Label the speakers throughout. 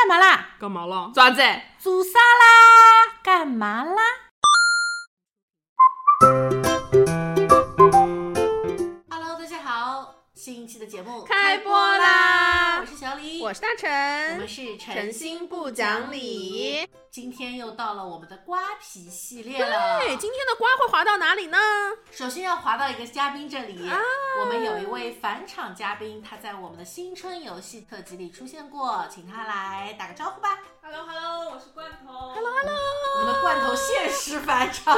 Speaker 1: 干嘛啦？
Speaker 2: 爪子，
Speaker 3: 煮沙拉干嘛啦？Hello，大家好，新一期的节目
Speaker 2: 开播
Speaker 3: 我
Speaker 2: 啦！
Speaker 3: 是小李，
Speaker 2: 我是大
Speaker 3: 我们
Speaker 2: 陈，
Speaker 3: 是
Speaker 2: 诚心不讲理。。
Speaker 3: 今天又到了我们的瓜皮系列了。
Speaker 2: 对，哎今天的瓜会滑到哪里呢？
Speaker 3: 首先要滑到一个嘉宾这里，我们有一位返场嘉宾，他在我们的新春游戏特辑里出现过，请他来打个招呼吧。
Speaker 2: 哦
Speaker 1: Hello Hello，我是罐头。Hello，
Speaker 3: 我们的罐头限时返场，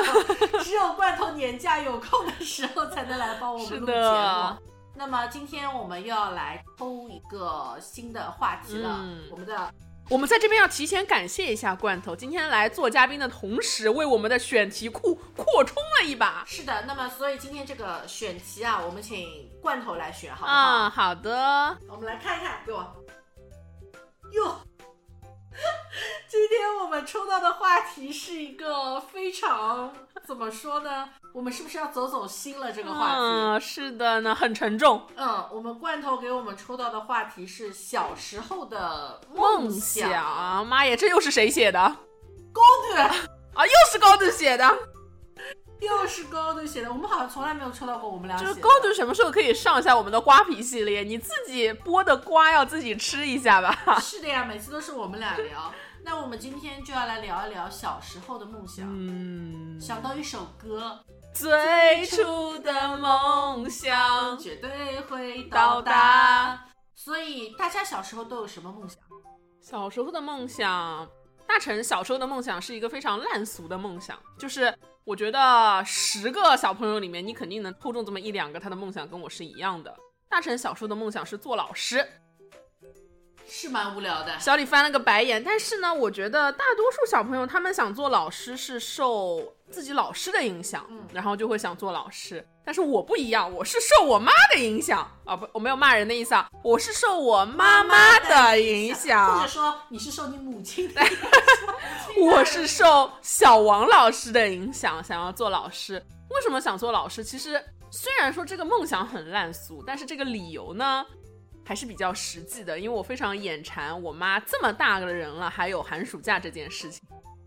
Speaker 3: 只有罐头年假有空的时候才能来帮我们
Speaker 2: 是
Speaker 3: 录节目
Speaker 2: 的。
Speaker 3: 那么今天我们又要来抽一个新的话题了，
Speaker 2: 嗯
Speaker 3: 我们的
Speaker 2: 我们在这边要提前感谢一下罐头，今天来做嘉宾的同时，为我们的选题库 扩充了一把。
Speaker 3: 是的，那么所以今天这个选题啊，我们请罐头来选好不好？
Speaker 2: 啊、好的，
Speaker 3: 我们来看一看，给我。哟， 今天我们抽到的话题是一个非常怎么说呢？我们是不是要走走心了？这个话题，嗯
Speaker 2: 嗯，是的呢，很沉重。
Speaker 3: 我们罐头给我们抽到的话题是小时候的
Speaker 2: 梦
Speaker 3: 想。哦
Speaker 2: 想，妈耶，这又是谁写的？
Speaker 3: 对，
Speaker 2: 啊，又是高度写的。
Speaker 3: 又是高度写的，我们好像从来没有抽到过我们俩写
Speaker 2: 就
Speaker 3: 的。
Speaker 2: 是高度什么时候可以上一下我们的瓜皮系列？你自己剥的瓜要自己吃一下吧。
Speaker 3: 是的呀，每次都是我们俩聊。那我们今天就要来聊一聊小时候的梦想。
Speaker 2: 嗯，
Speaker 3: 想到一首歌，
Speaker 2: 最初的梦想，
Speaker 3: 绝对会
Speaker 2: 到
Speaker 3: 到达。
Speaker 2: 达。
Speaker 3: 所以大家小时候都有什么梦想？
Speaker 2: 小时候的梦想，大成小时候的梦想是一个非常烂俗的梦想，就是我觉得十个小朋友里面，你肯定能抽中这么一两个，他的梦想跟我是一样的。大成小时候的梦想是做老师，
Speaker 3: 是蛮无聊的。
Speaker 2: 小李翻了个白眼，但是呢，我觉得大多数小朋友他们想做老师是受自己老师的影响，
Speaker 3: 嗯
Speaker 2: 然后就会想做老师。但是我不一样，我是受我妈的影响啊，不，我没有骂人的意思啊，我是受我妈妈的影
Speaker 3: 或
Speaker 2: 响
Speaker 3: 者，说你是受你母亲的
Speaker 2: 我是受小王老师的影响，想要做老师。为什么想做老师？其实虽然说这个梦想很烂俗，但是这个理由呢，还是比较实际的，因为我非常眼馋我妈这么大个人了，还有寒暑假这件事情，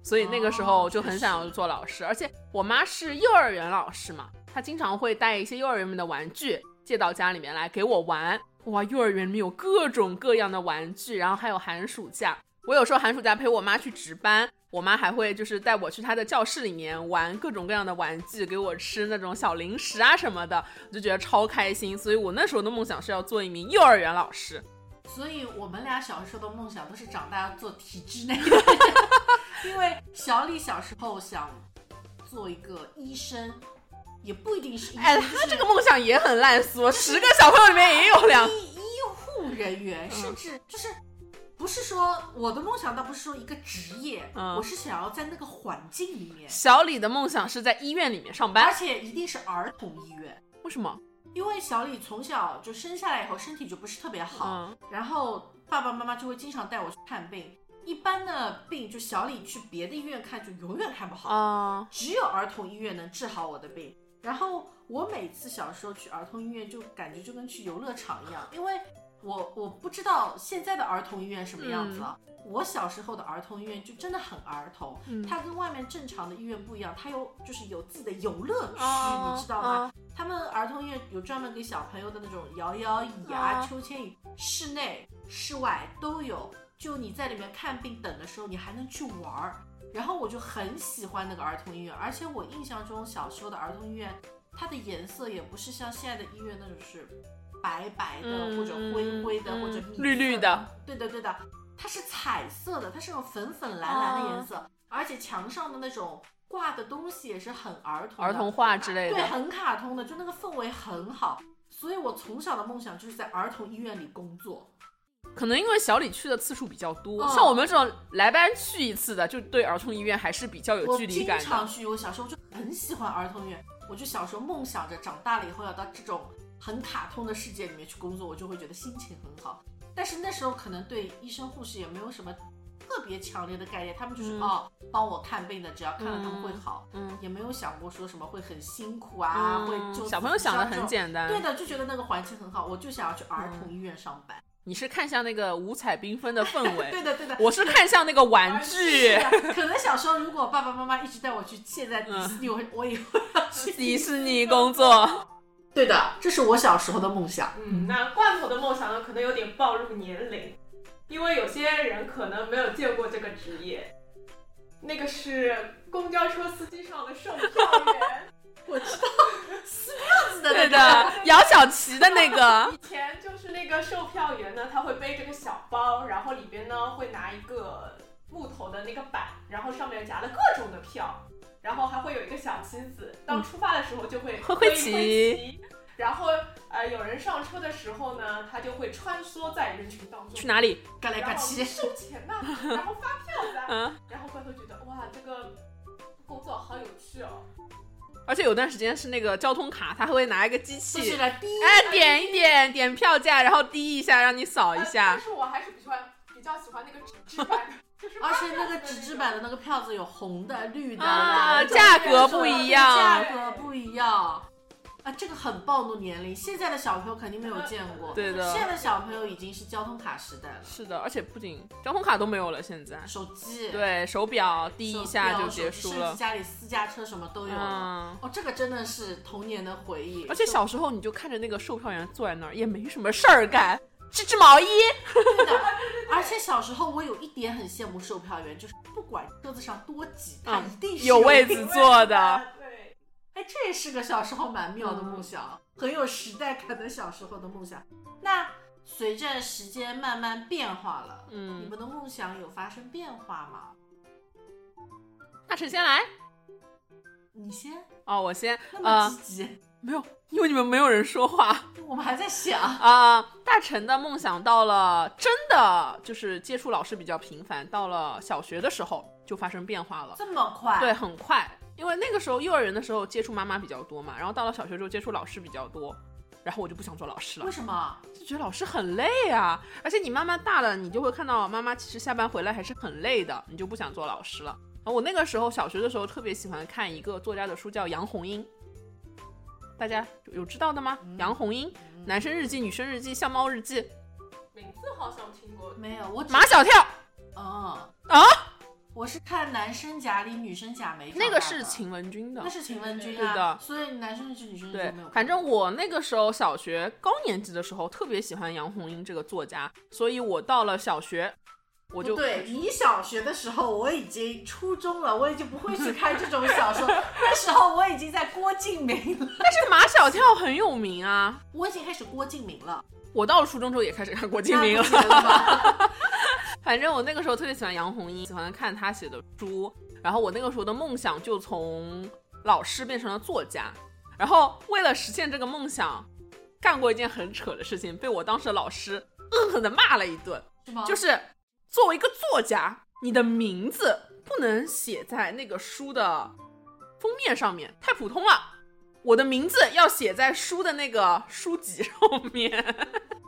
Speaker 2: 所以那个时候
Speaker 3: 哦
Speaker 2: 就很
Speaker 3: 确
Speaker 2: 想
Speaker 3: 实
Speaker 2: 要做老师。而且我妈是幼儿园老师嘛，她经常会带一些幼儿园里面的玩具借到家里面来给我玩。哇，幼儿园里面有各种各样的玩具，然后还有寒暑假。我有时候寒暑假陪我妈去值班，我妈还会就是带我去她的教室里面玩各种各样的玩具，给我吃那种小零食啊什么的，我就觉得超开心。所以我那时候的梦想是要做一名幼儿园老师。
Speaker 3: 所以我们俩小时候的梦想都是长大要做体制内 的，因为小李小时候想做一个医生，也不一定是医生，
Speaker 2: 哎，
Speaker 3: 就
Speaker 2: 他
Speaker 3: 是
Speaker 2: 这个梦想也很烂俗，十个小朋友里面也有两。嗯
Speaker 3: 医医护人员，甚至就是。不是说我的梦想，倒不是说一个职业，
Speaker 2: 嗯
Speaker 3: 我是想要在那个环境里面，
Speaker 2: 小李的梦想是在医院里面上
Speaker 3: 而
Speaker 2: 班，
Speaker 3: 且一定是儿童医院，
Speaker 2: 为什么？
Speaker 3: 因为小李从小就生下来以后身体就不是特别好，
Speaker 2: 嗯，
Speaker 3: 然后爸爸妈妈就会经常带我去看病。一般的病就小李去别的医院看就永远看不好，
Speaker 2: 啊、
Speaker 3: 只有儿童医院能治好我的病。然后我每次小时候去儿童医院，就感觉就跟去游乐场一样，因为我我不知道现在的儿童医院什么样子了。我小时候的儿童医院就真的很儿童，
Speaker 2: 嗯
Speaker 3: 它跟外面正常的医院不一样，它有就是有自己的游乐区，
Speaker 2: 啊
Speaker 3: 你知道吗？
Speaker 2: 啊
Speaker 3: 他们儿童医院有专门给小朋友的那种摇摇椅啊、
Speaker 2: 啊
Speaker 3: 秋千椅，室内、室外都有。就你在里面看病等的时候，你还能去玩儿。然后我就很喜欢那个儿童医院，而且我印象中小时候的儿童医院，它的颜色也不是像现在的医院那种是白白的、
Speaker 2: 嗯
Speaker 3: 或者灰灰的、
Speaker 2: 嗯
Speaker 3: 或者米色
Speaker 2: 绿绿的。
Speaker 3: 对的对的，它是彩色的，它是那种粉粉蓝蓝的颜色，而且墙上的那种挂的东西也是很儿童的
Speaker 2: 儿童画之类
Speaker 3: 对，
Speaker 2: 的。
Speaker 3: 很卡通的，就那个氛围很好。所以我从小的梦想就是在儿童医院里工作。
Speaker 2: 可能因为小李去的次数比较多，
Speaker 3: 嗯
Speaker 2: 像我们这种来班去一次的，就对儿童医院还是比较有
Speaker 3: 我
Speaker 2: 距离
Speaker 3: 经
Speaker 2: 感的
Speaker 3: 常。去，我小时候就很喜欢儿童医院。我就小时候梦想着长大了以后要到这种很卡通的世界里面去工作，我就会觉得心情很好。但是那时候可能对医生护士也没有什么特别别强烈的概念，他们就是、
Speaker 2: 嗯
Speaker 3: 哦，帮我看病的，只要看了他们会好，
Speaker 2: 嗯
Speaker 3: 也没有想过说什么会很辛苦啊，会就
Speaker 2: 小朋友想的
Speaker 3: 这
Speaker 2: 很
Speaker 3: 种
Speaker 2: 简单。嗯
Speaker 3: 对的，就觉得那个环境很好，我就想要去儿童医院上班。
Speaker 2: 你是看向那个五彩缤纷的氛
Speaker 3: 对
Speaker 2: 围，
Speaker 3: 的，对的。
Speaker 2: 哎我是看向那个玩具
Speaker 3: 是。的可能小时候，如果爸爸妈妈一直带我去现在
Speaker 2: 嗯
Speaker 3: 迪士尼，我我也会要去
Speaker 2: 迪士尼工作，
Speaker 3: 对的，这是我小时候的梦想。
Speaker 1: 嗯，那罐头的梦想呢，可能有点暴露年龄，因为有些人可能没有见过这个职业。那个是公交车司机上的售票 员，
Speaker 3: 我 知道，撕票子的
Speaker 2: 对
Speaker 3: 那
Speaker 2: 的
Speaker 3: 个，，
Speaker 2: 姚小琪的那个
Speaker 1: 以前就是那个售票员呢，他会背着个小包，然后里边呢会拿一个木头的那个板，然后上面夹了各种的票，然后还会有一个小旗子，到出发的时候就嗯会
Speaker 2: 挥
Speaker 1: 挥
Speaker 2: 挥
Speaker 1: 一
Speaker 2: 旗
Speaker 1: 旗。然后，呃，有人上车的时候呢，他就会穿梭在人群当中。
Speaker 2: 去哪里？
Speaker 3: 嘎来嘎
Speaker 1: 然后
Speaker 3: 去。
Speaker 1: 收钱呐、然后发票子、啊，
Speaker 2: 嗯，
Speaker 1: 然后罐头觉得哇，这个工作好有趣哦。
Speaker 2: 而且有段时间是那个交通卡，他会拿一个机
Speaker 3: 就是
Speaker 2: 器，
Speaker 3: 来滴，
Speaker 2: 哎，点一点，点票价，然后滴一下，让你扫一
Speaker 1: 呃但
Speaker 2: 下。
Speaker 1: 是我还是比较比较喜欢那个纸质版的，就是
Speaker 3: 而且啊那
Speaker 1: 八
Speaker 3: 个
Speaker 1: 角的
Speaker 3: 纸质版的那个票子有红的、绿的，
Speaker 2: 啊
Speaker 3: 蓝的
Speaker 2: 价格不一样
Speaker 3: 价格不一样。啊，这个很暴露年龄，现在的小朋友肯定没有见过。
Speaker 2: 对的
Speaker 3: 现在的小朋友已经是交通卡时代了，
Speaker 2: 是的，而且不仅交通卡都没有了，现在
Speaker 3: 手机
Speaker 2: 对手表滴
Speaker 3: 手
Speaker 2: 一下
Speaker 3: 表
Speaker 2: 就结
Speaker 3: 手机
Speaker 2: 束
Speaker 3: 甚
Speaker 2: 了
Speaker 3: 至。家里私家车什么都有了。
Speaker 2: 嗯，
Speaker 3: 哦，这个真的是童年的回忆。
Speaker 2: 而且小时候你就看着那个售票员坐在那儿，也没什么事儿干，织织毛衣。
Speaker 3: 对的，而且小时候我有一点很羡慕售票员，就是不管车子上多挤，他
Speaker 2: 嗯
Speaker 3: 一定是
Speaker 2: 有位
Speaker 3: 位
Speaker 2: 置做的。
Speaker 1: 对，
Speaker 3: 哎，这也是个小时候蛮妙的
Speaker 2: 嗯
Speaker 3: 梦想，很有时代感的小时候的梦想。那随着时间慢慢变化了，你
Speaker 2: 嗯，
Speaker 3: 们的梦想有发生变化吗？
Speaker 2: 那谁先来？
Speaker 3: 你先，
Speaker 2: 哦，我先。
Speaker 3: 那么
Speaker 2: 呃，
Speaker 3: 积极，
Speaker 2: 没有，因为你们没有人说话。
Speaker 3: 我们还在想。
Speaker 2: 啊、大成的梦想到了真的就是接触老师比较频繁，到了小学的时候就发生变化了，
Speaker 3: 这么快？
Speaker 2: 对，，很快，因为那个时候幼儿园的时候接触妈妈比较多嘛，然后到了小学之后接触老师比较多。然后我就不想做老师了
Speaker 3: 为，什么？
Speaker 2: 就觉得老师很累啊，而且你慢慢大了，你就会看到妈妈其实下班回来还是很累的，你就不想做老师了。然后我那个时候小学的时候特别喜欢看一个作家的书，叫杨红樱，大家有知道的吗？
Speaker 3: 嗯
Speaker 2: 杨红樱，男生日记、女生日记、相貌日记，
Speaker 1: 名字好像听过。
Speaker 3: 没有，我只
Speaker 2: 马小跳
Speaker 3: 嗯
Speaker 2: 啊
Speaker 3: 我是看男生假里女生假没长大
Speaker 2: 那
Speaker 3: 的
Speaker 2: 个是，秦文军的
Speaker 3: 那，是秦文君啊，
Speaker 2: 对的
Speaker 3: 所以男生是女生就
Speaker 2: 对
Speaker 3: 没有，看。
Speaker 2: 反正我那个时候小学高年级的时候特别喜欢杨红樱这个作家，所以我到了小学，我就
Speaker 3: 不对你小学的时候，我已经初中了，我已经不会去看这种小说。那时候我已经在郭敬明了，
Speaker 2: 但是马小跳很有名啊，
Speaker 3: 我已经开始郭敬明了，
Speaker 2: 我到了初中之后也开始看郭敬明
Speaker 3: 那
Speaker 2: 了
Speaker 3: 不。行吧
Speaker 2: 反正我那个时候特别喜欢杨红樱，喜欢看她写的书，然后我那个时候的梦想就从老师变成了作家，然后为了实现这个梦想，干过一件很扯的事情，被我当时的老师恶狠的骂了一顿，
Speaker 3: 是吗？
Speaker 2: 就是作为一个作家，你的名字不能写在那个书的封面上面，太普通了。我的名字要写在书的那个书籍上面。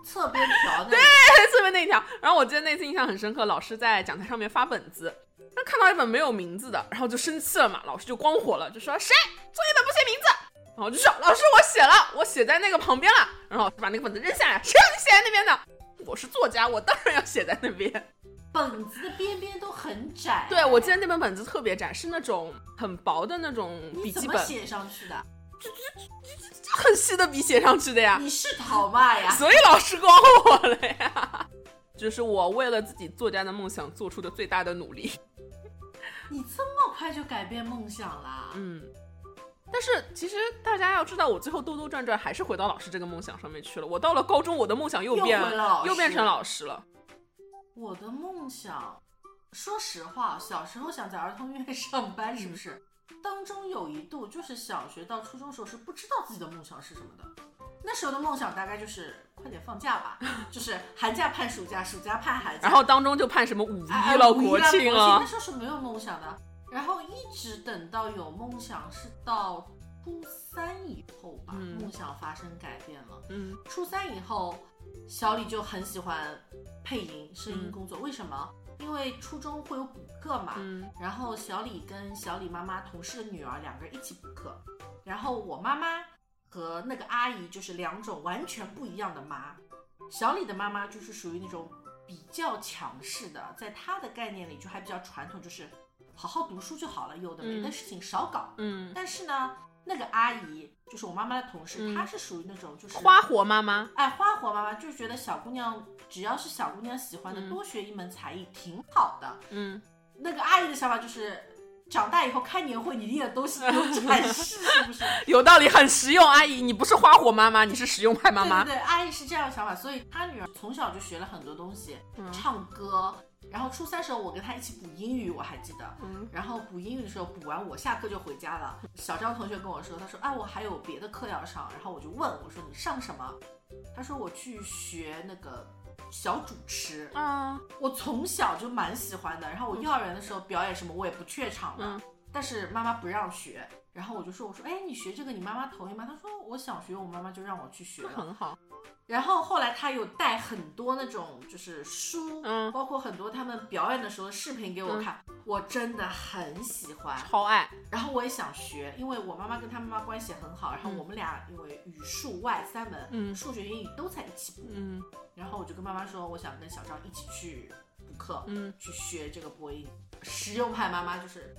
Speaker 3: 侧边条那对，
Speaker 2: 四面那一条。然后我记得那次印象很深刻，老师在讲台上面发本子，那看到一本没有名字的，然后就生气了嘛，老师就光火了，就说谁作业本不写名字？然后我就说老师我写了，我写在那个旁边了。然后老师把那个本子扔下来，谁让你写在那边的？我是作家，我当然要写在那边。
Speaker 3: 本子的边边都很窄。
Speaker 2: 对，我记得那本本子特别窄，是那种很薄的那种笔
Speaker 3: 你怎
Speaker 2: 记
Speaker 3: 么
Speaker 2: 本，
Speaker 3: 写上去的？
Speaker 2: 就很细的笔写上去的呀。
Speaker 3: 你是讨骂 呀？
Speaker 2: 所以老师光我了呀。 这是我为了自己作家的梦想做出的最大的努力。
Speaker 3: 你这么快就改变梦想啦？
Speaker 2: 嗯，但是其实大家要知道，我最后兜兜转转还是回到老师这个梦想上面去了。我到了高中，我的梦想又
Speaker 3: 又
Speaker 2: 变
Speaker 3: 回老师
Speaker 2: 又变成老师了。
Speaker 3: 我的梦想，说实话，小时候想在儿童医院上班，是不是？当中有一度，就是小学到初中时候是不知道自己的梦想是什么的。那时候的梦想大概就是快点放假吧，就是寒假盼暑假，暑假盼寒假，
Speaker 2: 然后当中就判什么五
Speaker 3: 哎
Speaker 2: 一了、
Speaker 3: 五一
Speaker 2: 国庆啊
Speaker 3: 那
Speaker 2: 了，
Speaker 3: 时候是没有梦想的。然后一直等到有梦想是到初三以后吧，
Speaker 2: 嗯
Speaker 3: 梦想发生改变了。
Speaker 2: 嗯，
Speaker 3: 初三以后，小李就很喜欢配音声音工作，为什么？因为初中会有补课嘛，
Speaker 2: 嗯
Speaker 3: 然后小李跟小李妈妈同事的女儿两个人一起补课，然后我妈妈和那个阿姨就是两种完全不一样的妈。小李的妈妈就是属于那种比较强势的，在她的概念里就还比较传统，就是好好读书就好了，有的没的
Speaker 2: 嗯
Speaker 3: 事情少搞。
Speaker 2: 嗯，
Speaker 3: 但是呢，那个阿姨就是我妈妈的同事，
Speaker 2: 嗯
Speaker 3: 她是属于那种就是
Speaker 2: 花火妈妈，
Speaker 3: 哎，花火妈妈就是觉得小姑娘只要是小姑娘喜欢的，
Speaker 2: 嗯
Speaker 3: 多学一门才艺挺好的。
Speaker 2: 嗯，
Speaker 3: 那个阿姨的想法就是，长大以后开年会，你练的东西有展示，是不是？
Speaker 2: 有道理，很实用。阿姨，你不是花火妈妈，你是实用派 妈妈
Speaker 3: 对。对对，阿姨是这样的想法，所以她女儿从小就学了很多东西，
Speaker 2: 嗯
Speaker 3: 唱歌。然后初三时候，我跟她一起补英语，我还记得。
Speaker 2: 嗯
Speaker 3: 然后补英语的时候，补完我下课就回家了。小张同学跟我说，他说：“哎，我还有别的课要上。”然后我就问我说：“你上什么？”他说：“我去学那个小主持。”
Speaker 2: 啊，
Speaker 3: 我从小就蛮喜欢的，然后我幼儿园的时候表演什么我也不怯场的，
Speaker 2: 嗯
Speaker 3: 但是妈妈不让学，然后我就说我说哎你学这个你妈妈同意吗？她说我想学，我妈妈就让我去学
Speaker 2: 那
Speaker 3: 了。
Speaker 2: 很好。
Speaker 3: 然后后来她有带很多那种就是书，
Speaker 2: 嗯
Speaker 3: 包括很多他们表演的时候的视频给我看，我真的很喜欢。
Speaker 2: 超爱，
Speaker 3: 然后我也想学，因为我妈妈跟她妈妈关系很好，然后
Speaker 2: 嗯
Speaker 3: 我们俩因为语数外三门，
Speaker 2: 嗯
Speaker 3: 数学英语都在一起补，
Speaker 2: 嗯
Speaker 3: 然后我就跟妈妈说我想跟小张一起去补课，
Speaker 2: 嗯，
Speaker 3: 去学这个播音。实用派妈妈就是，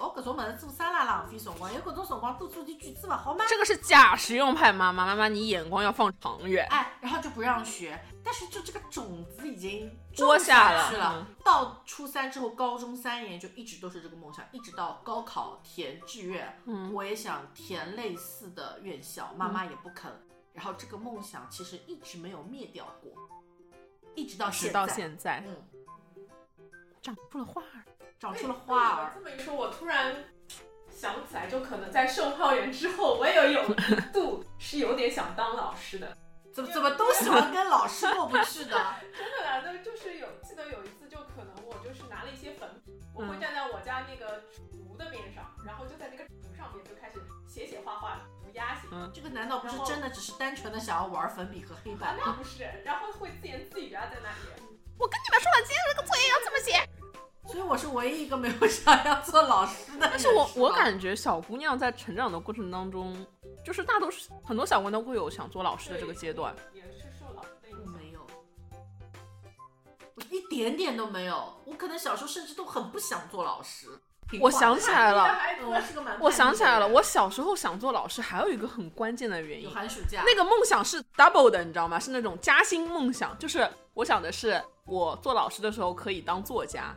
Speaker 3: 哦，搿种物事做啥啦浪费辰光，有搿种辰光多做点句子勿好吗？
Speaker 2: 这个是假实用派妈妈，妈妈你眼光要放长远。
Speaker 3: 哎，然后就不让学，但是就这个种子已经
Speaker 2: 播下
Speaker 3: 种去
Speaker 2: 了
Speaker 3: 了。 到初三之后，高中三年就一直都是这个梦想，一直到高考填志愿，
Speaker 2: 嗯
Speaker 3: 我也想填类似的院校，妈妈也不肯。然后这个梦想其实一直没有灭掉过，一直到
Speaker 2: 直
Speaker 3: 现在，
Speaker 2: 到现在
Speaker 3: 嗯，
Speaker 2: 长出了花儿。
Speaker 3: 长
Speaker 1: 哎
Speaker 3: 出了花儿。
Speaker 1: 这么一说，我突然想起来，就可能在售票员之后，我也有 一度是有点想当老师的。
Speaker 3: 怎么怎么都喜欢跟老师过不去的？
Speaker 1: 真 的啦，那就是有记得有一次，就可能我就是拿了一些粉笔，我会
Speaker 2: 嗯
Speaker 1: 站在我家那个厨的边上，然后就在那个厨上面就开始写写画画，涂鸦写。
Speaker 2: 嗯
Speaker 3: 这个难道不是真的只是单纯的想要玩粉笔和黑
Speaker 1: 啊
Speaker 3: 板，
Speaker 1: 那
Speaker 3: 吗？
Speaker 1: 不是，然后会自言自语啊，在那里。
Speaker 2: 我跟你们说了，今天这个作业要这么写。
Speaker 3: 所以我是唯一一个没有想要做老师的人。
Speaker 2: 但是我
Speaker 3: 吧
Speaker 2: 我感觉小姑娘在成长的过程当中，就是大多数很多小姑娘都会有想做老师的这个阶段。嗯
Speaker 1: 也是受老师的
Speaker 3: 我
Speaker 1: 影响。
Speaker 3: 没有，我一点点都没有。我可能小时候甚至都很不想做老师。挺
Speaker 2: 我
Speaker 3: 坏
Speaker 2: 想起来了，
Speaker 1: 孩
Speaker 3: 嗯我是个蛮叛逆的人
Speaker 2: 我想起来了，我小时候想做老师，还有一个很关键的原因
Speaker 3: 有，寒暑假
Speaker 2: 那个梦想是 double 的，你知道吗？是那种加薪梦想，就是我想的是我做老师的时候可以当作家，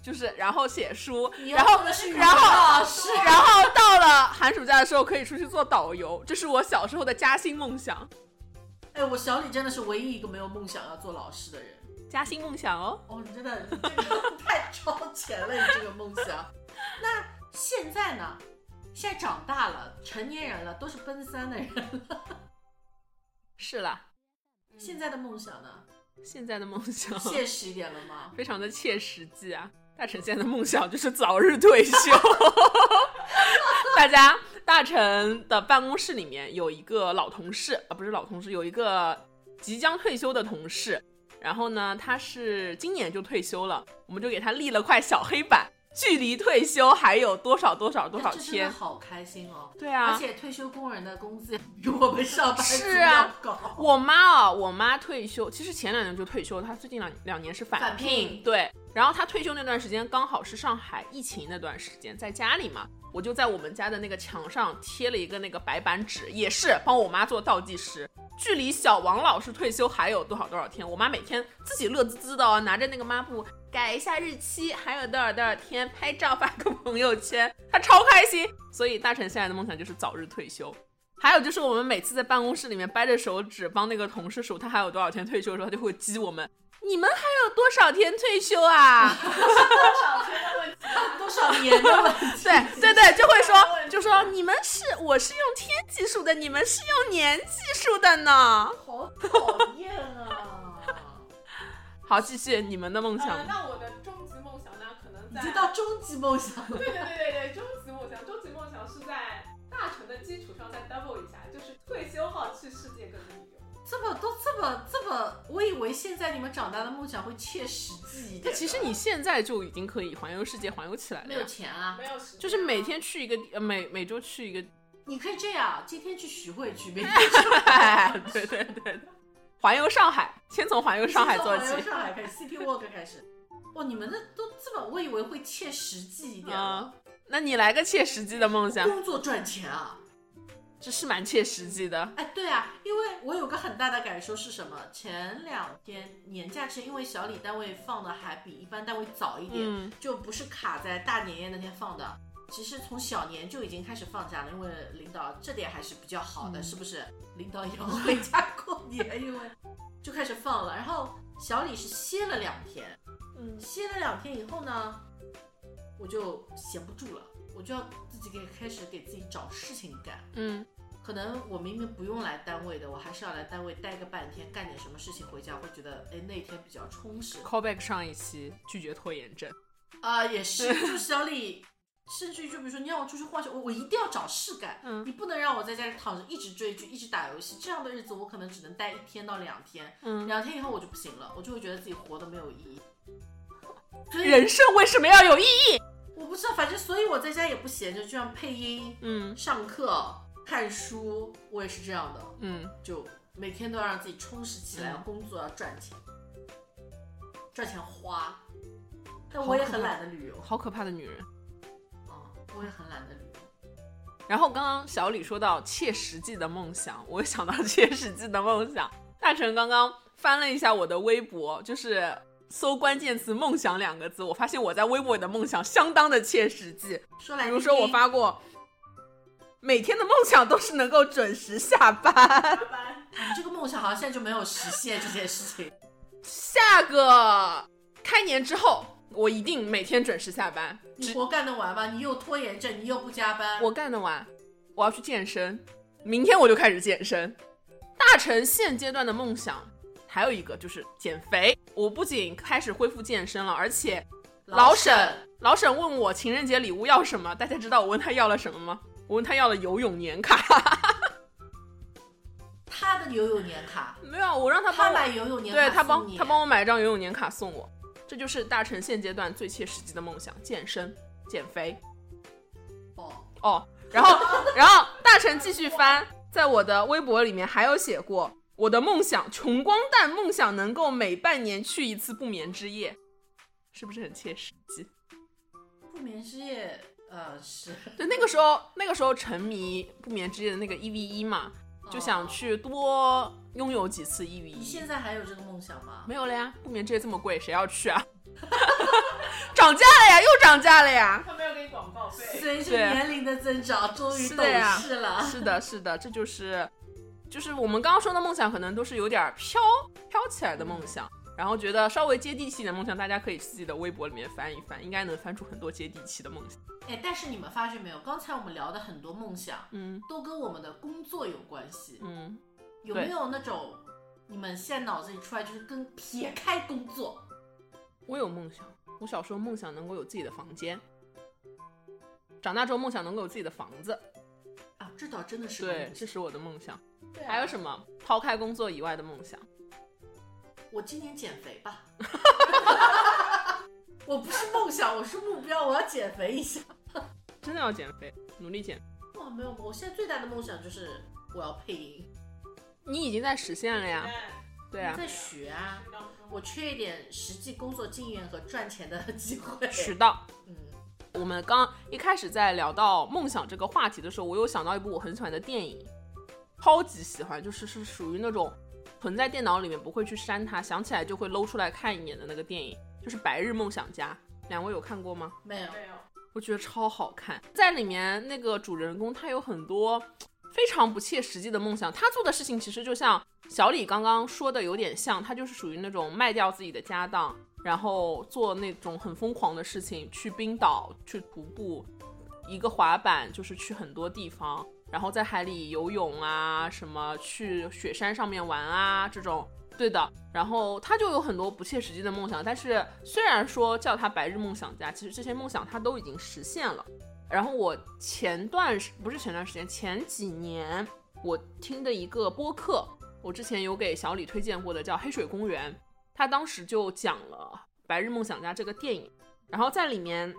Speaker 2: 就是然后写书，
Speaker 3: 你
Speaker 2: 然
Speaker 3: 要
Speaker 2: 后
Speaker 3: 做的是语文
Speaker 2: 然后
Speaker 3: 老师
Speaker 2: 然后到了寒暑假的时候可以出去做导游，这是我小时候的加薪梦想，
Speaker 3: 哎，我小李真的是唯一一个没有梦想要做老师的人。
Speaker 2: 加薪梦想哦。
Speaker 3: 哦，你真的 你这个太超前了，你这个梦想。那现在呢？现在长大了，成年人了，都是奔三的人
Speaker 2: 嗯
Speaker 3: 了。
Speaker 2: 是啦，
Speaker 3: 现在的梦想呢？
Speaker 2: 现在的梦想
Speaker 3: 现实一点了吗？
Speaker 2: 非常的切实际啊。大成现在的梦想就是早日 退休。大家，大成的办公室里面有一个老同事啊，不是老同事，有一个即将退休的同事。然后呢，他是今年就退休了，我们就给他立了块小黑板，距离退休还有多少多少多少
Speaker 3: 哎这真
Speaker 2: 天
Speaker 3: 的。好开心哦！
Speaker 2: 对啊
Speaker 3: 而且退休工人的工资比我们上班族
Speaker 2: 是啊
Speaker 3: 要高。
Speaker 2: 我妈啊，我妈退休，其实前两年就退休，她最近两两年是返
Speaker 3: 返聘
Speaker 2: 对。然后她退休那段时间刚好是上海疫情那段时间，在家里嘛，我就在我们家的那个墙上贴了一个那个白板纸，也是帮我妈做倒计时，距离小王老师退休还有多少多少天。我妈每天自己乐滋滋的、哦，拿着那个抹布改一下日期，还有多少多少天，拍照发个朋友圈，她超开心。所以大成现在的梦想就是早日退休。还有就是我们每次在办公室里面掰着手指帮那个同事数他还有多少天退休的时候，他就会激我们：你们还有多少天退休啊？
Speaker 1: 多少钱的问题啊？
Speaker 3: 多少年的问题？
Speaker 2: 对对对，就会说就说你们是我是用天计数的，你们是用年计数的呢。
Speaker 3: 好 讨厌 啊！
Speaker 2: 好，继续你们的梦
Speaker 1: 呃，
Speaker 2: 想。
Speaker 1: 那我的终极梦想呢，可能
Speaker 3: 已
Speaker 1: 在
Speaker 3: 经到终极梦想了。
Speaker 1: 对对对对对，终极梦想，终极梦想是在大成的基础上再 double 一下，就是退休后去世界各地旅游。
Speaker 3: 这么都这么这么，我以为现在你们长大的梦想会切实际一点的。
Speaker 2: 但其实你现在就已经可以环游世界，环游起来了
Speaker 3: 没有
Speaker 2: 呀。
Speaker 3: 钱啊，
Speaker 1: 没有时间
Speaker 2: 就是每天去一个，呃每每周去一个，
Speaker 3: 你可以这样，今天去徐汇区， 明天
Speaker 2: 对对对对，环游上海，先从环游上海做
Speaker 3: 从
Speaker 2: 起。
Speaker 3: 上海开始，City Walk 开始。哇，你们的都这么，我以为会切实际一点
Speaker 2: 嗯
Speaker 3: 了。，
Speaker 2: 那你来个切实际的梦想，
Speaker 3: 工作赚钱啊！
Speaker 2: 这是蛮切实际的。
Speaker 3: 哎，对啊，因为我有个很大的感受是什么？前两天年假期，因为小李单位放的还比一般单位早一点，
Speaker 2: 嗯
Speaker 3: 就不是卡在大年夜那天放的。其实从小年就已经开始放假了，因为领导这点还是比较好的，
Speaker 2: 嗯
Speaker 3: 是不是？领导也要回家过年，因为就开始放了。然后小李是歇了两天，
Speaker 2: 嗯，
Speaker 3: 歇了两天以后呢，我就闲不住了，我就要自己给开始给自己找事情干。
Speaker 2: 嗯
Speaker 3: 可能我明明不用来单位的，我还是要来单位待个半天，干点什么事情回家，会觉得哎那天比较充实
Speaker 2: ，callback 上一期拒绝拖延症，
Speaker 3: 啊、也是，就是小李，甚至于就比如说你让我出去晃去，我我一定要找事干，
Speaker 2: 嗯
Speaker 3: 你不能让我在家里躺着一直追剧，一直打游戏，这样的日子我可能只能待一天到两天，
Speaker 2: 嗯，
Speaker 3: 两天以后我就不行了，我就会觉得自己活得没有意义。所以
Speaker 2: 人生为什么要有意义？
Speaker 3: 我不知道，反正所以我在家也不闲着，就像配音、
Speaker 2: 嗯
Speaker 3: 上课、看书，我也是这样的。
Speaker 2: 嗯，
Speaker 3: 就每天都要让自己充实起来，
Speaker 2: 嗯
Speaker 3: 工作要啊赚钱，赚钱花。但
Speaker 2: 好
Speaker 3: 我也
Speaker 2: 可
Speaker 3: 很
Speaker 2: 怕
Speaker 3: 懒得旅游
Speaker 2: 好可怕的女人。
Speaker 3: 啊、我也很懒得旅游。
Speaker 2: 然后刚刚小李说到切实际的梦想，我想到切实际的梦想。大成刚刚翻了一下我的微博，就是搜关键词“梦想”两个字，我发现我在微博里的梦想相当的切实际。
Speaker 3: 说来
Speaker 2: 比
Speaker 3: 听听，
Speaker 2: 如说，我发过每天的梦想都是能够准时下班。
Speaker 1: 加班，
Speaker 3: 你这个梦想好像现在就没有实现这件事情。
Speaker 2: 下个开年之后，我一定每天准时下班。
Speaker 3: 你活干得完吗？你又拖延症，你又不加班。
Speaker 2: 我干得完，我要去健身，明天我就开始健身。大成现阶段的梦想还有一个就是减肥。我不仅开始恢复健身了，而且老沈老沈问我情人节礼物要什么，大家知道我问他要了什么吗？我问他要了游泳年卡，
Speaker 3: 他的游泳年卡，
Speaker 2: 没有，啊我让他帮
Speaker 3: 他
Speaker 2: 我
Speaker 3: 买游泳年卡
Speaker 2: 对他
Speaker 3: 送
Speaker 2: 帮
Speaker 3: 你
Speaker 2: 他帮我买一张游泳年卡送我，这就是大成现阶段最切实际的梦想：健身、减肥。
Speaker 3: 哦，
Speaker 2: 哦，然后然后大成继续翻，在我的微博里面还有写过我的梦想，穷光蛋梦想能够每半年去一次不眠之夜，是不是很切实际？
Speaker 3: 不眠之夜，呃是，
Speaker 2: 对，那个时候那个时候沉迷不眠之夜的那个一 v 一嘛，就想
Speaker 3: 哦。
Speaker 2: 去多拥有几次一 v
Speaker 3: 你
Speaker 2: 一。
Speaker 3: 现在还有这个梦想吗？
Speaker 2: 没有了呀，不眠之夜这么贵，谁要去啊？ 涨价了呀，又涨价了呀！
Speaker 1: 他没有给你广告费，
Speaker 3: 随着
Speaker 2: 对啊
Speaker 3: 年龄的增长，终于
Speaker 2: 是
Speaker 3: 懂
Speaker 2: 的呀
Speaker 3: 事了。
Speaker 2: 是的，是的，这就是就是我们刚刚说的梦想，可能都是有点飘飘起来的梦想。然后觉得稍微接地气的梦想，大家可以去自己的微博里面翻一翻，应该能翻出很多接地气的梦想。
Speaker 3: 哎，但是你们发现没有？刚才我们聊的很多梦想
Speaker 2: 嗯
Speaker 3: 都跟我们的工作有关系，
Speaker 2: 嗯，
Speaker 3: 有没有那种你们现在脑子里出来就是跟撇开工作？
Speaker 2: 我有梦想，我小时候梦想能够有自己的房间，长大之后梦想能够有自己的房子，
Speaker 3: 啊，这倒真的是
Speaker 2: 对，
Speaker 3: 梦
Speaker 2: 这
Speaker 3: 想
Speaker 2: 是我的梦想。
Speaker 3: 对啊
Speaker 2: 还有什么抛开工作以外的梦想？
Speaker 3: 我今年减肥吧。 我不是梦想，我是目标，我要减肥一下。
Speaker 2: 真的要减肥，努力减肥。
Speaker 3: 哇，没有，我现在最大的梦想就是我要配音，
Speaker 2: 你已经在实现了呀，
Speaker 1: 对，
Speaker 2: 对啊
Speaker 3: 在，学啊，
Speaker 1: 当中
Speaker 3: 我缺一点实际工作经验和赚钱的 机会。
Speaker 2: 迟到。
Speaker 3: 嗯，
Speaker 2: 我们刚一开始在聊到梦想这个话题的时候，我有想到一部我很喜欢的电影，超级喜欢，就是是属于那种存在电脑里面不会去删它，想起来就会搂出来看一眼的那个电影，就是《白日梦想家》。两位有看过吗？
Speaker 3: 没有，
Speaker 1: 没有，
Speaker 2: 我觉得超好看，在里面那个主人公他有很多非常不切实际的梦想，他做的事情其实就像小李刚刚说的有点像，他就是属于那种卖掉自己的家当，然后做那种很疯狂的事情，去冰岛去徒步，一个滑板就是去很多地方，然后在海里游泳啊，什么去雪山上面玩啊这种。对的，然后他就有很多不切实际的梦想，但是虽然说叫他白日梦想家，其实这些梦想他都已经实现了。然后我前段时不是前段时间，前几年我听的一个播客我之前有给小李推荐过的叫《黑水公园》，他当时就讲了《白日梦想家》这个电影，然后在里面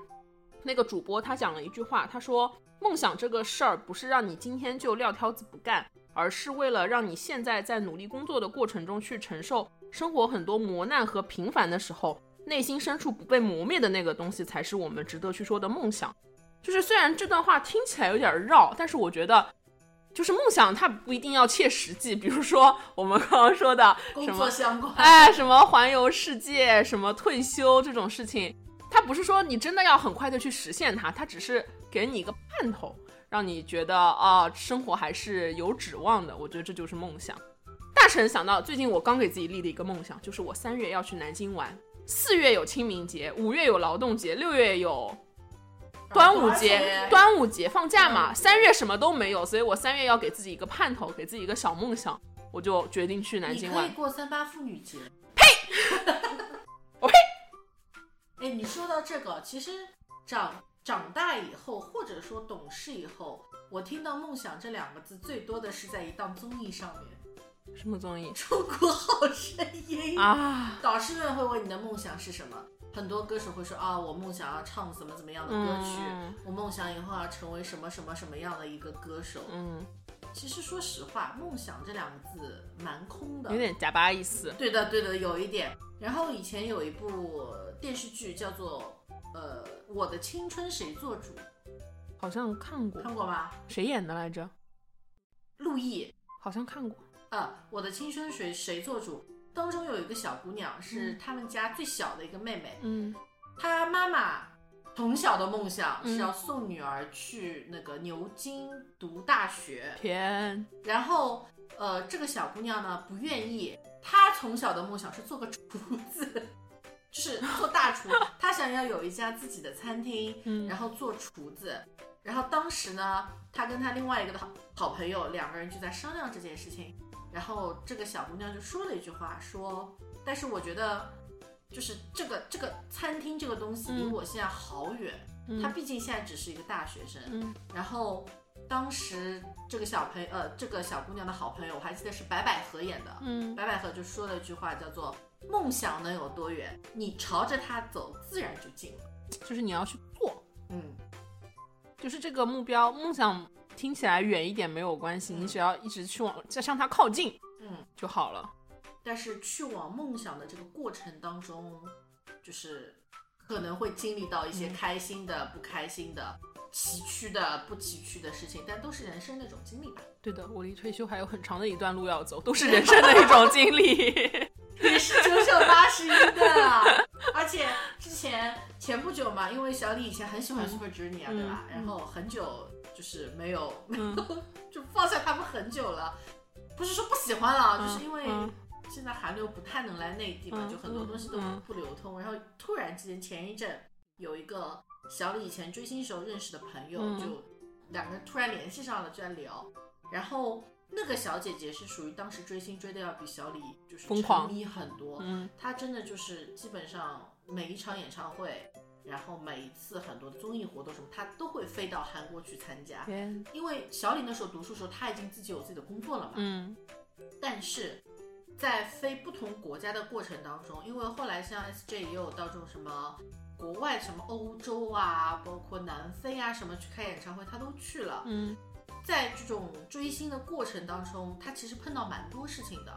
Speaker 2: 那个主播他讲了一句话，他说：“梦想这个事儿不是让你今天就撂挑子不干，而是为了让你现在在努力工作的过程中去承受生活很多磨难和平凡的时候，内心深处不被磨灭的那个东西，才是我们值得去说的梦想。”就是虽然这段话听起来有点绕，但是我觉得。就是梦想，它不一定要切实际。比如说我们刚刚说的
Speaker 3: 工
Speaker 2: 什么
Speaker 3: 作相关，
Speaker 2: 哎，什么环游世界，什么退休这种事情，它不是说你真的要很快的去实现它，它只是给你一个盼头，让你觉得啊、生活还是有指望的。我觉得这就是梦想。大神想到，最近我刚给自己立了一个梦想，就是我三月要去南京玩，四月有清明节，五月有劳动节，六月有端午 节，端午节放假嘛，三月什么都没有，所以我三月要给自己一个盼头，给自己一个小梦想，我就决定去南
Speaker 3: 你
Speaker 2: 京
Speaker 3: 可
Speaker 2: 玩
Speaker 3: 以。过三八妇女节。
Speaker 2: 我
Speaker 3: 呸！哎，你说到这个，其实长长大以后，或者说懂事以后，我听到“梦想”这两个字最多的是在一档综艺上面，
Speaker 2: 什么综艺
Speaker 3: 《中国好声音》
Speaker 2: 啊？
Speaker 3: 导师们会问你的梦想是什么，很多歌手会说啊，我梦想要唱怎么怎么样的歌曲，
Speaker 2: 嗯
Speaker 3: 我梦想以后要成为什么什么什么样的一个歌手。
Speaker 2: 嗯，
Speaker 3: 其实说实话，梦想这两个字蛮空的，
Speaker 2: 有点假巴意思。
Speaker 3: 对的，对的，有一点。然后以前有一部电视剧叫做呃《我的青春谁做主
Speaker 2: 好像看》，过，
Speaker 3: 看过吗？
Speaker 2: 谁演的来着？
Speaker 3: 陆毅，
Speaker 2: 好像看过。
Speaker 3: 啊，《我的青春谁谁做主》当中有一个小姑娘是
Speaker 2: 嗯
Speaker 3: 他们家最小的一个妹妹，
Speaker 2: 嗯
Speaker 3: 她妈妈从小的梦想是
Speaker 2: 嗯
Speaker 3: 要送女儿去那个牛津读大学，
Speaker 2: 天，
Speaker 3: 然后呃，这个小姑娘呢不愿意，她从小的梦想是做个厨子，就是做大厨，她想要有一家自己的餐厅，
Speaker 2: 嗯
Speaker 3: 然后做厨子。然后当时呢，她跟她另外一个的好好朋友两个人就在商量这件事情，然后这个小姑娘就说了一句话，说：“但是我觉得。”就是这个这个餐厅这个东西离
Speaker 2: 嗯
Speaker 3: 我现在好远，她
Speaker 2: 嗯
Speaker 3: 毕竟现在只是一个大学生，
Speaker 2: 嗯
Speaker 3: 然后当时这个小朋呃这个小姑娘的好朋友，我还记得是白百合演的，
Speaker 2: 嗯，
Speaker 3: 白百合就说了一句话叫做“梦想能有多远，你朝着它走，自然就近了。
Speaker 2: 就是你要去做，”
Speaker 3: 嗯，
Speaker 2: 就是这个目标梦想听起来远一点没有关系，
Speaker 3: 嗯
Speaker 2: 你只要一直去往向它靠近，
Speaker 3: 嗯，
Speaker 2: 就好了。
Speaker 3: 但是去往梦想的这个过程当中，就是可能会经历到一些
Speaker 2: 嗯
Speaker 3: 开心的、不开心的、崎岖的、不崎岖的事情，但都是人生的一种经历吧。
Speaker 2: 对的，我离退休还有很长的一段路要走，都是人生的一种经 历。
Speaker 3: 也是九九八十一的啊，而且之前前不久嘛，因为小李以前很喜欢
Speaker 2: 嗯
Speaker 3: Super Junior，、
Speaker 2: 嗯
Speaker 3: 对吧？
Speaker 2: 嗯
Speaker 3: 然后很久就是没有，
Speaker 2: 嗯
Speaker 3: 就放下他们很久了，不是说不喜欢了，
Speaker 2: 嗯
Speaker 3: 就是因为
Speaker 2: 嗯
Speaker 3: 现在韩流不太能来内地嘛，
Speaker 2: 嗯
Speaker 3: 就很多东西都
Speaker 2: 嗯
Speaker 3: 不流通。然后突然之间前一阵有一个小李以前追星时候认识的朋友，
Speaker 2: 嗯
Speaker 3: 就两个人突然联系上了，就在聊，然后。那个小姐姐是属于当时追星追的要比小李就是
Speaker 2: 疯狂
Speaker 3: 沉迷很多，
Speaker 2: 嗯
Speaker 3: 他真的就是基本上每一场演唱会，然后每一次很多综艺活动什么，他都会飞到韩国去参加。
Speaker 2: 天，
Speaker 3: 因为小李那时候读书的时候，他已经自己有自己的工作了嘛。
Speaker 2: 嗯
Speaker 3: 但是在飞不同国家的过程当中，因为后来像 SJ 也有到这种什么国外什么欧洲啊，包括南非啊什么去开演唱会，他都去了。
Speaker 2: 嗯
Speaker 3: 在这种追星的过程当中，他其实碰到蛮多事情的。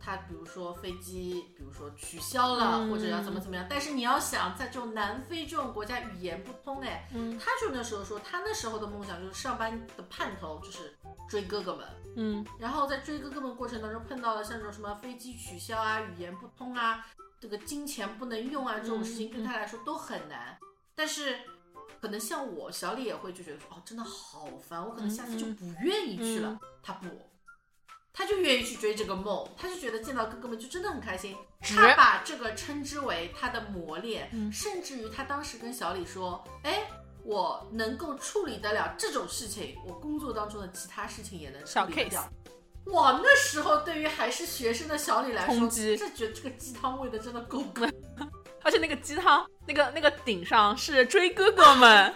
Speaker 3: 他比如说飞机，比如说取消了，
Speaker 2: 嗯
Speaker 3: 或者要怎么怎么样。但是你要想，在这种南非这种国家语言不通，哎，
Speaker 2: 嗯
Speaker 3: 他就那时候说，他那时候的梦想就是上班的盼头就是追哥哥们。
Speaker 2: 嗯
Speaker 3: 然后在追哥哥们过程当中碰到了像这种什么飞机取消啊、语言不通啊、这个金钱不能用啊这种事情，
Speaker 2: 嗯
Speaker 3: 对他来说都很难。但是可能像我小李也会就觉得说，哦，真的好烦，我可能下次就不愿意去了。
Speaker 2: 嗯
Speaker 3: 他不，他就愿意去追这个梦，他就觉得见到哥哥们就真的很开心。
Speaker 2: 值
Speaker 3: 他把这个称之为他的磨练，
Speaker 2: 嗯
Speaker 3: 甚至于他当时跟小李说：“哎，我能够处理得了这种事情，我工作当中的其他事情也能处
Speaker 2: 小
Speaker 3: 理得
Speaker 2: case
Speaker 3: 掉。”哇，那时候对于还是学生的小李来说，
Speaker 2: 冲击
Speaker 3: 这觉得这个鸡汤喂的真的够 够。
Speaker 2: 而且那个鸡汤，那个那个顶上是追哥哥们。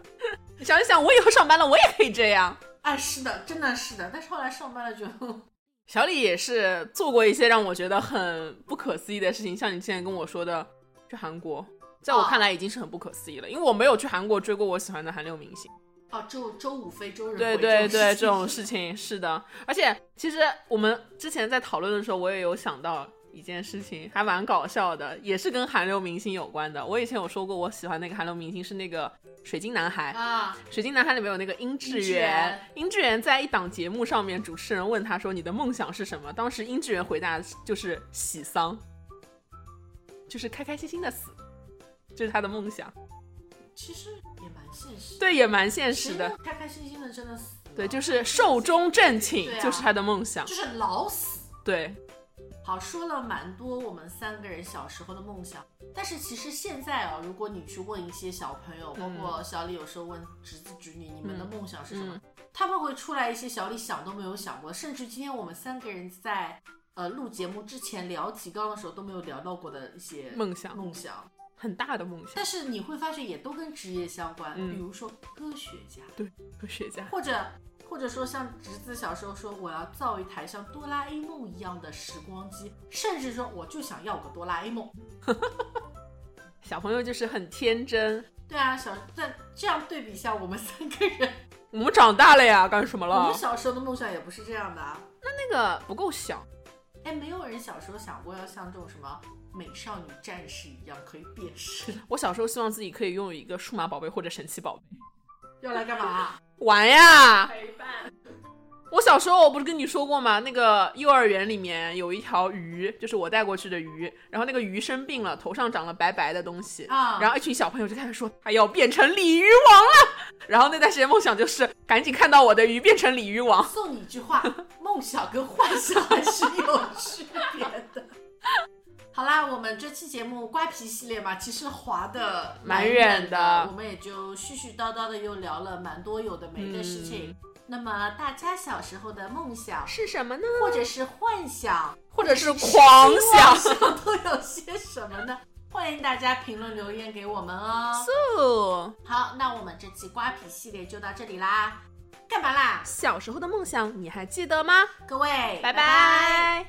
Speaker 2: 你想一想，我以后上班了，我也可以这样。
Speaker 3: 哎，是的，真的是的。但是后来上班了就
Speaker 2: 小李也是做过一些让我觉得很不可思议的事情，像你之前跟我说的，去韩国，在我
Speaker 3: 哦
Speaker 2: 看来已经是很不可思议了，因为我没有去韩国追过我喜欢的韩流明星。
Speaker 3: 哦，周周五非周日
Speaker 2: 对
Speaker 3: 回
Speaker 2: 对
Speaker 3: 周
Speaker 2: 对，
Speaker 3: 四
Speaker 2: 这种事情是的。而且其实我们之前在讨论的时候，我也有想到一件事情，还蛮搞笑的，也是跟韩流明星有关的。我以前有说过，我喜欢那个韩流明星是那个水晶男 孩。
Speaker 3: 啊，
Speaker 2: 水晶男孩里面有那个殷志
Speaker 3: 殷志
Speaker 2: 源
Speaker 3: 源，
Speaker 2: 殷志源在一档节目上面，主持人问他说：“你的梦想是什么？”当时殷志源回答就是喜丧，就是开开心心的死，这是他的梦想。
Speaker 3: 其实也蛮现实。，
Speaker 2: 对，也蛮现实的。，
Speaker 3: 开开心心的真的死了。
Speaker 2: 对，就是寿终正寝，
Speaker 3: 对啊
Speaker 2: 就是他的梦想。
Speaker 3: 就是老死。
Speaker 2: 对，
Speaker 3: 好，说了蛮多我们三个人小时候的梦想，但是其实现在啊，如果你去问一些小朋友，包括小李有时候问侄子侄女，你们的梦想是什么，
Speaker 2: 嗯嗯
Speaker 3: 他们会出来一些小李想都没有想过，甚至今天我们三个人在呃录节目之前聊提纲的时候都没有聊到过的一些
Speaker 2: 梦想
Speaker 3: 梦想。
Speaker 2: 很大的梦想，
Speaker 3: 但是你会发现也都跟职业相关，
Speaker 2: 嗯
Speaker 3: 比如说科学家，
Speaker 2: 科学家。
Speaker 3: 或者。或者说，像侄子小时候说我要造一台像哆啦 A 梦一样的时光机，甚至说我就想要个哆啦 A 梦，
Speaker 2: 小朋友就是很天真。
Speaker 3: 对啊，小但这样对比一下，我们三个人，
Speaker 2: 我们长大了呀，干什么
Speaker 3: 我
Speaker 2: 了
Speaker 3: 们？ 小时候的梦想也不是这样的啊。
Speaker 2: 那个不够小，
Speaker 3: 哎，没有人小时候想过要像这种什么美少女战士一样可以变身，
Speaker 2: 我小时候希望自己可以拥有一个数码宝贝或者神奇宝贝
Speaker 3: 要来干嘛？啊
Speaker 2: 玩呀。
Speaker 1: 陪伴，
Speaker 2: 我小时候我不是跟你说过吗？那个幼儿园里面有一条鱼，就是我带过去的鱼，然后那个鱼生病了，头上长了白白的东西，
Speaker 3: 啊
Speaker 2: 然后一群小朋友就开始说他要变成鲤鱼王了。然后那段时间梦想就是赶紧看到我的鱼变成鲤鱼王。
Speaker 3: 送你一句 话：梦想跟幻想还是有区别的。好啦，我们这期节目瓜皮系列嘛，其实滑的
Speaker 2: 蛮远
Speaker 3: 远
Speaker 2: 的
Speaker 3: 我们也就絮絮叨叨的又聊了蛮多有的没的事情。
Speaker 2: 嗯
Speaker 3: 那么大家小时候的梦想，
Speaker 2: 是什么呢？
Speaker 3: 或者是幻想，
Speaker 2: 或者是狂想。
Speaker 3: 希望都有些什么呢？ 欢迎大家评论留言给我们哦。
Speaker 2: 哦，
Speaker 3: 好，那我们这期瓜皮系列就到这里啦。干嘛啦，
Speaker 2: 小时候的梦想你还记得吗？
Speaker 3: 各位？
Speaker 2: 拜拜